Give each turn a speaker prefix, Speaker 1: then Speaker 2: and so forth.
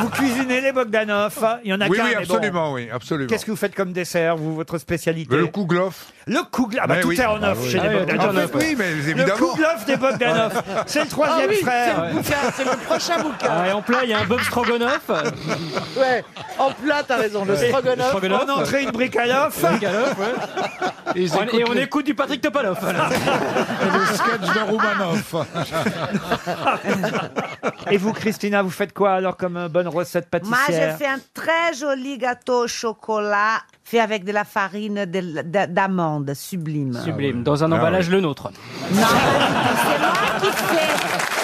Speaker 1: Vous cuisinez les Bogdanov Il y en a
Speaker 2: Oui,
Speaker 1: qu'un,
Speaker 2: oui,
Speaker 1: mais bon.
Speaker 2: absolument, oui, absolument.
Speaker 1: Qu'est-ce que vous faites comme dessert, vous, votre spécialité
Speaker 2: Le kouglof.
Speaker 1: Le kouglof, bah,
Speaker 2: Mais
Speaker 1: tout
Speaker 2: oui.
Speaker 1: est en offre
Speaker 2: Ah oui.
Speaker 1: chez
Speaker 2: Ah
Speaker 1: les
Speaker 2: oui,
Speaker 1: Bogdanov.
Speaker 2: en fait, oui, mais
Speaker 1: le
Speaker 2: évidemment.
Speaker 1: kouglof des Bogdanov. C'est le
Speaker 3: Ah
Speaker 1: troisième frère.
Speaker 3: c'est le prochain bouquin.
Speaker 4: Ah, et en plat, il y a un Bob Stroganoff.
Speaker 3: Ouais, en plat, t'as raison, le
Speaker 4: Le
Speaker 3: stroganoff. Oh,
Speaker 4: Stroganoff.
Speaker 1: En entrée, une brique à l'off.
Speaker 4: Patrick Aloff, ouais. Et on écoute du Patrick Topaloff. voilà.
Speaker 5: Le sketch de Roumanoff.
Speaker 1: Et vous, Christina, vous faites quoi alors comme euh, bonne recette
Speaker 6: Moi, j'ai
Speaker 1: pâtissière
Speaker 6: fait un très joli gâteau au chocolat fait avec de la farine de- d'a- d'amande, sublime.
Speaker 4: Ah Sublime, dans un emballage le nôtre.
Speaker 6: Non, c'est moi Oh, qui fais.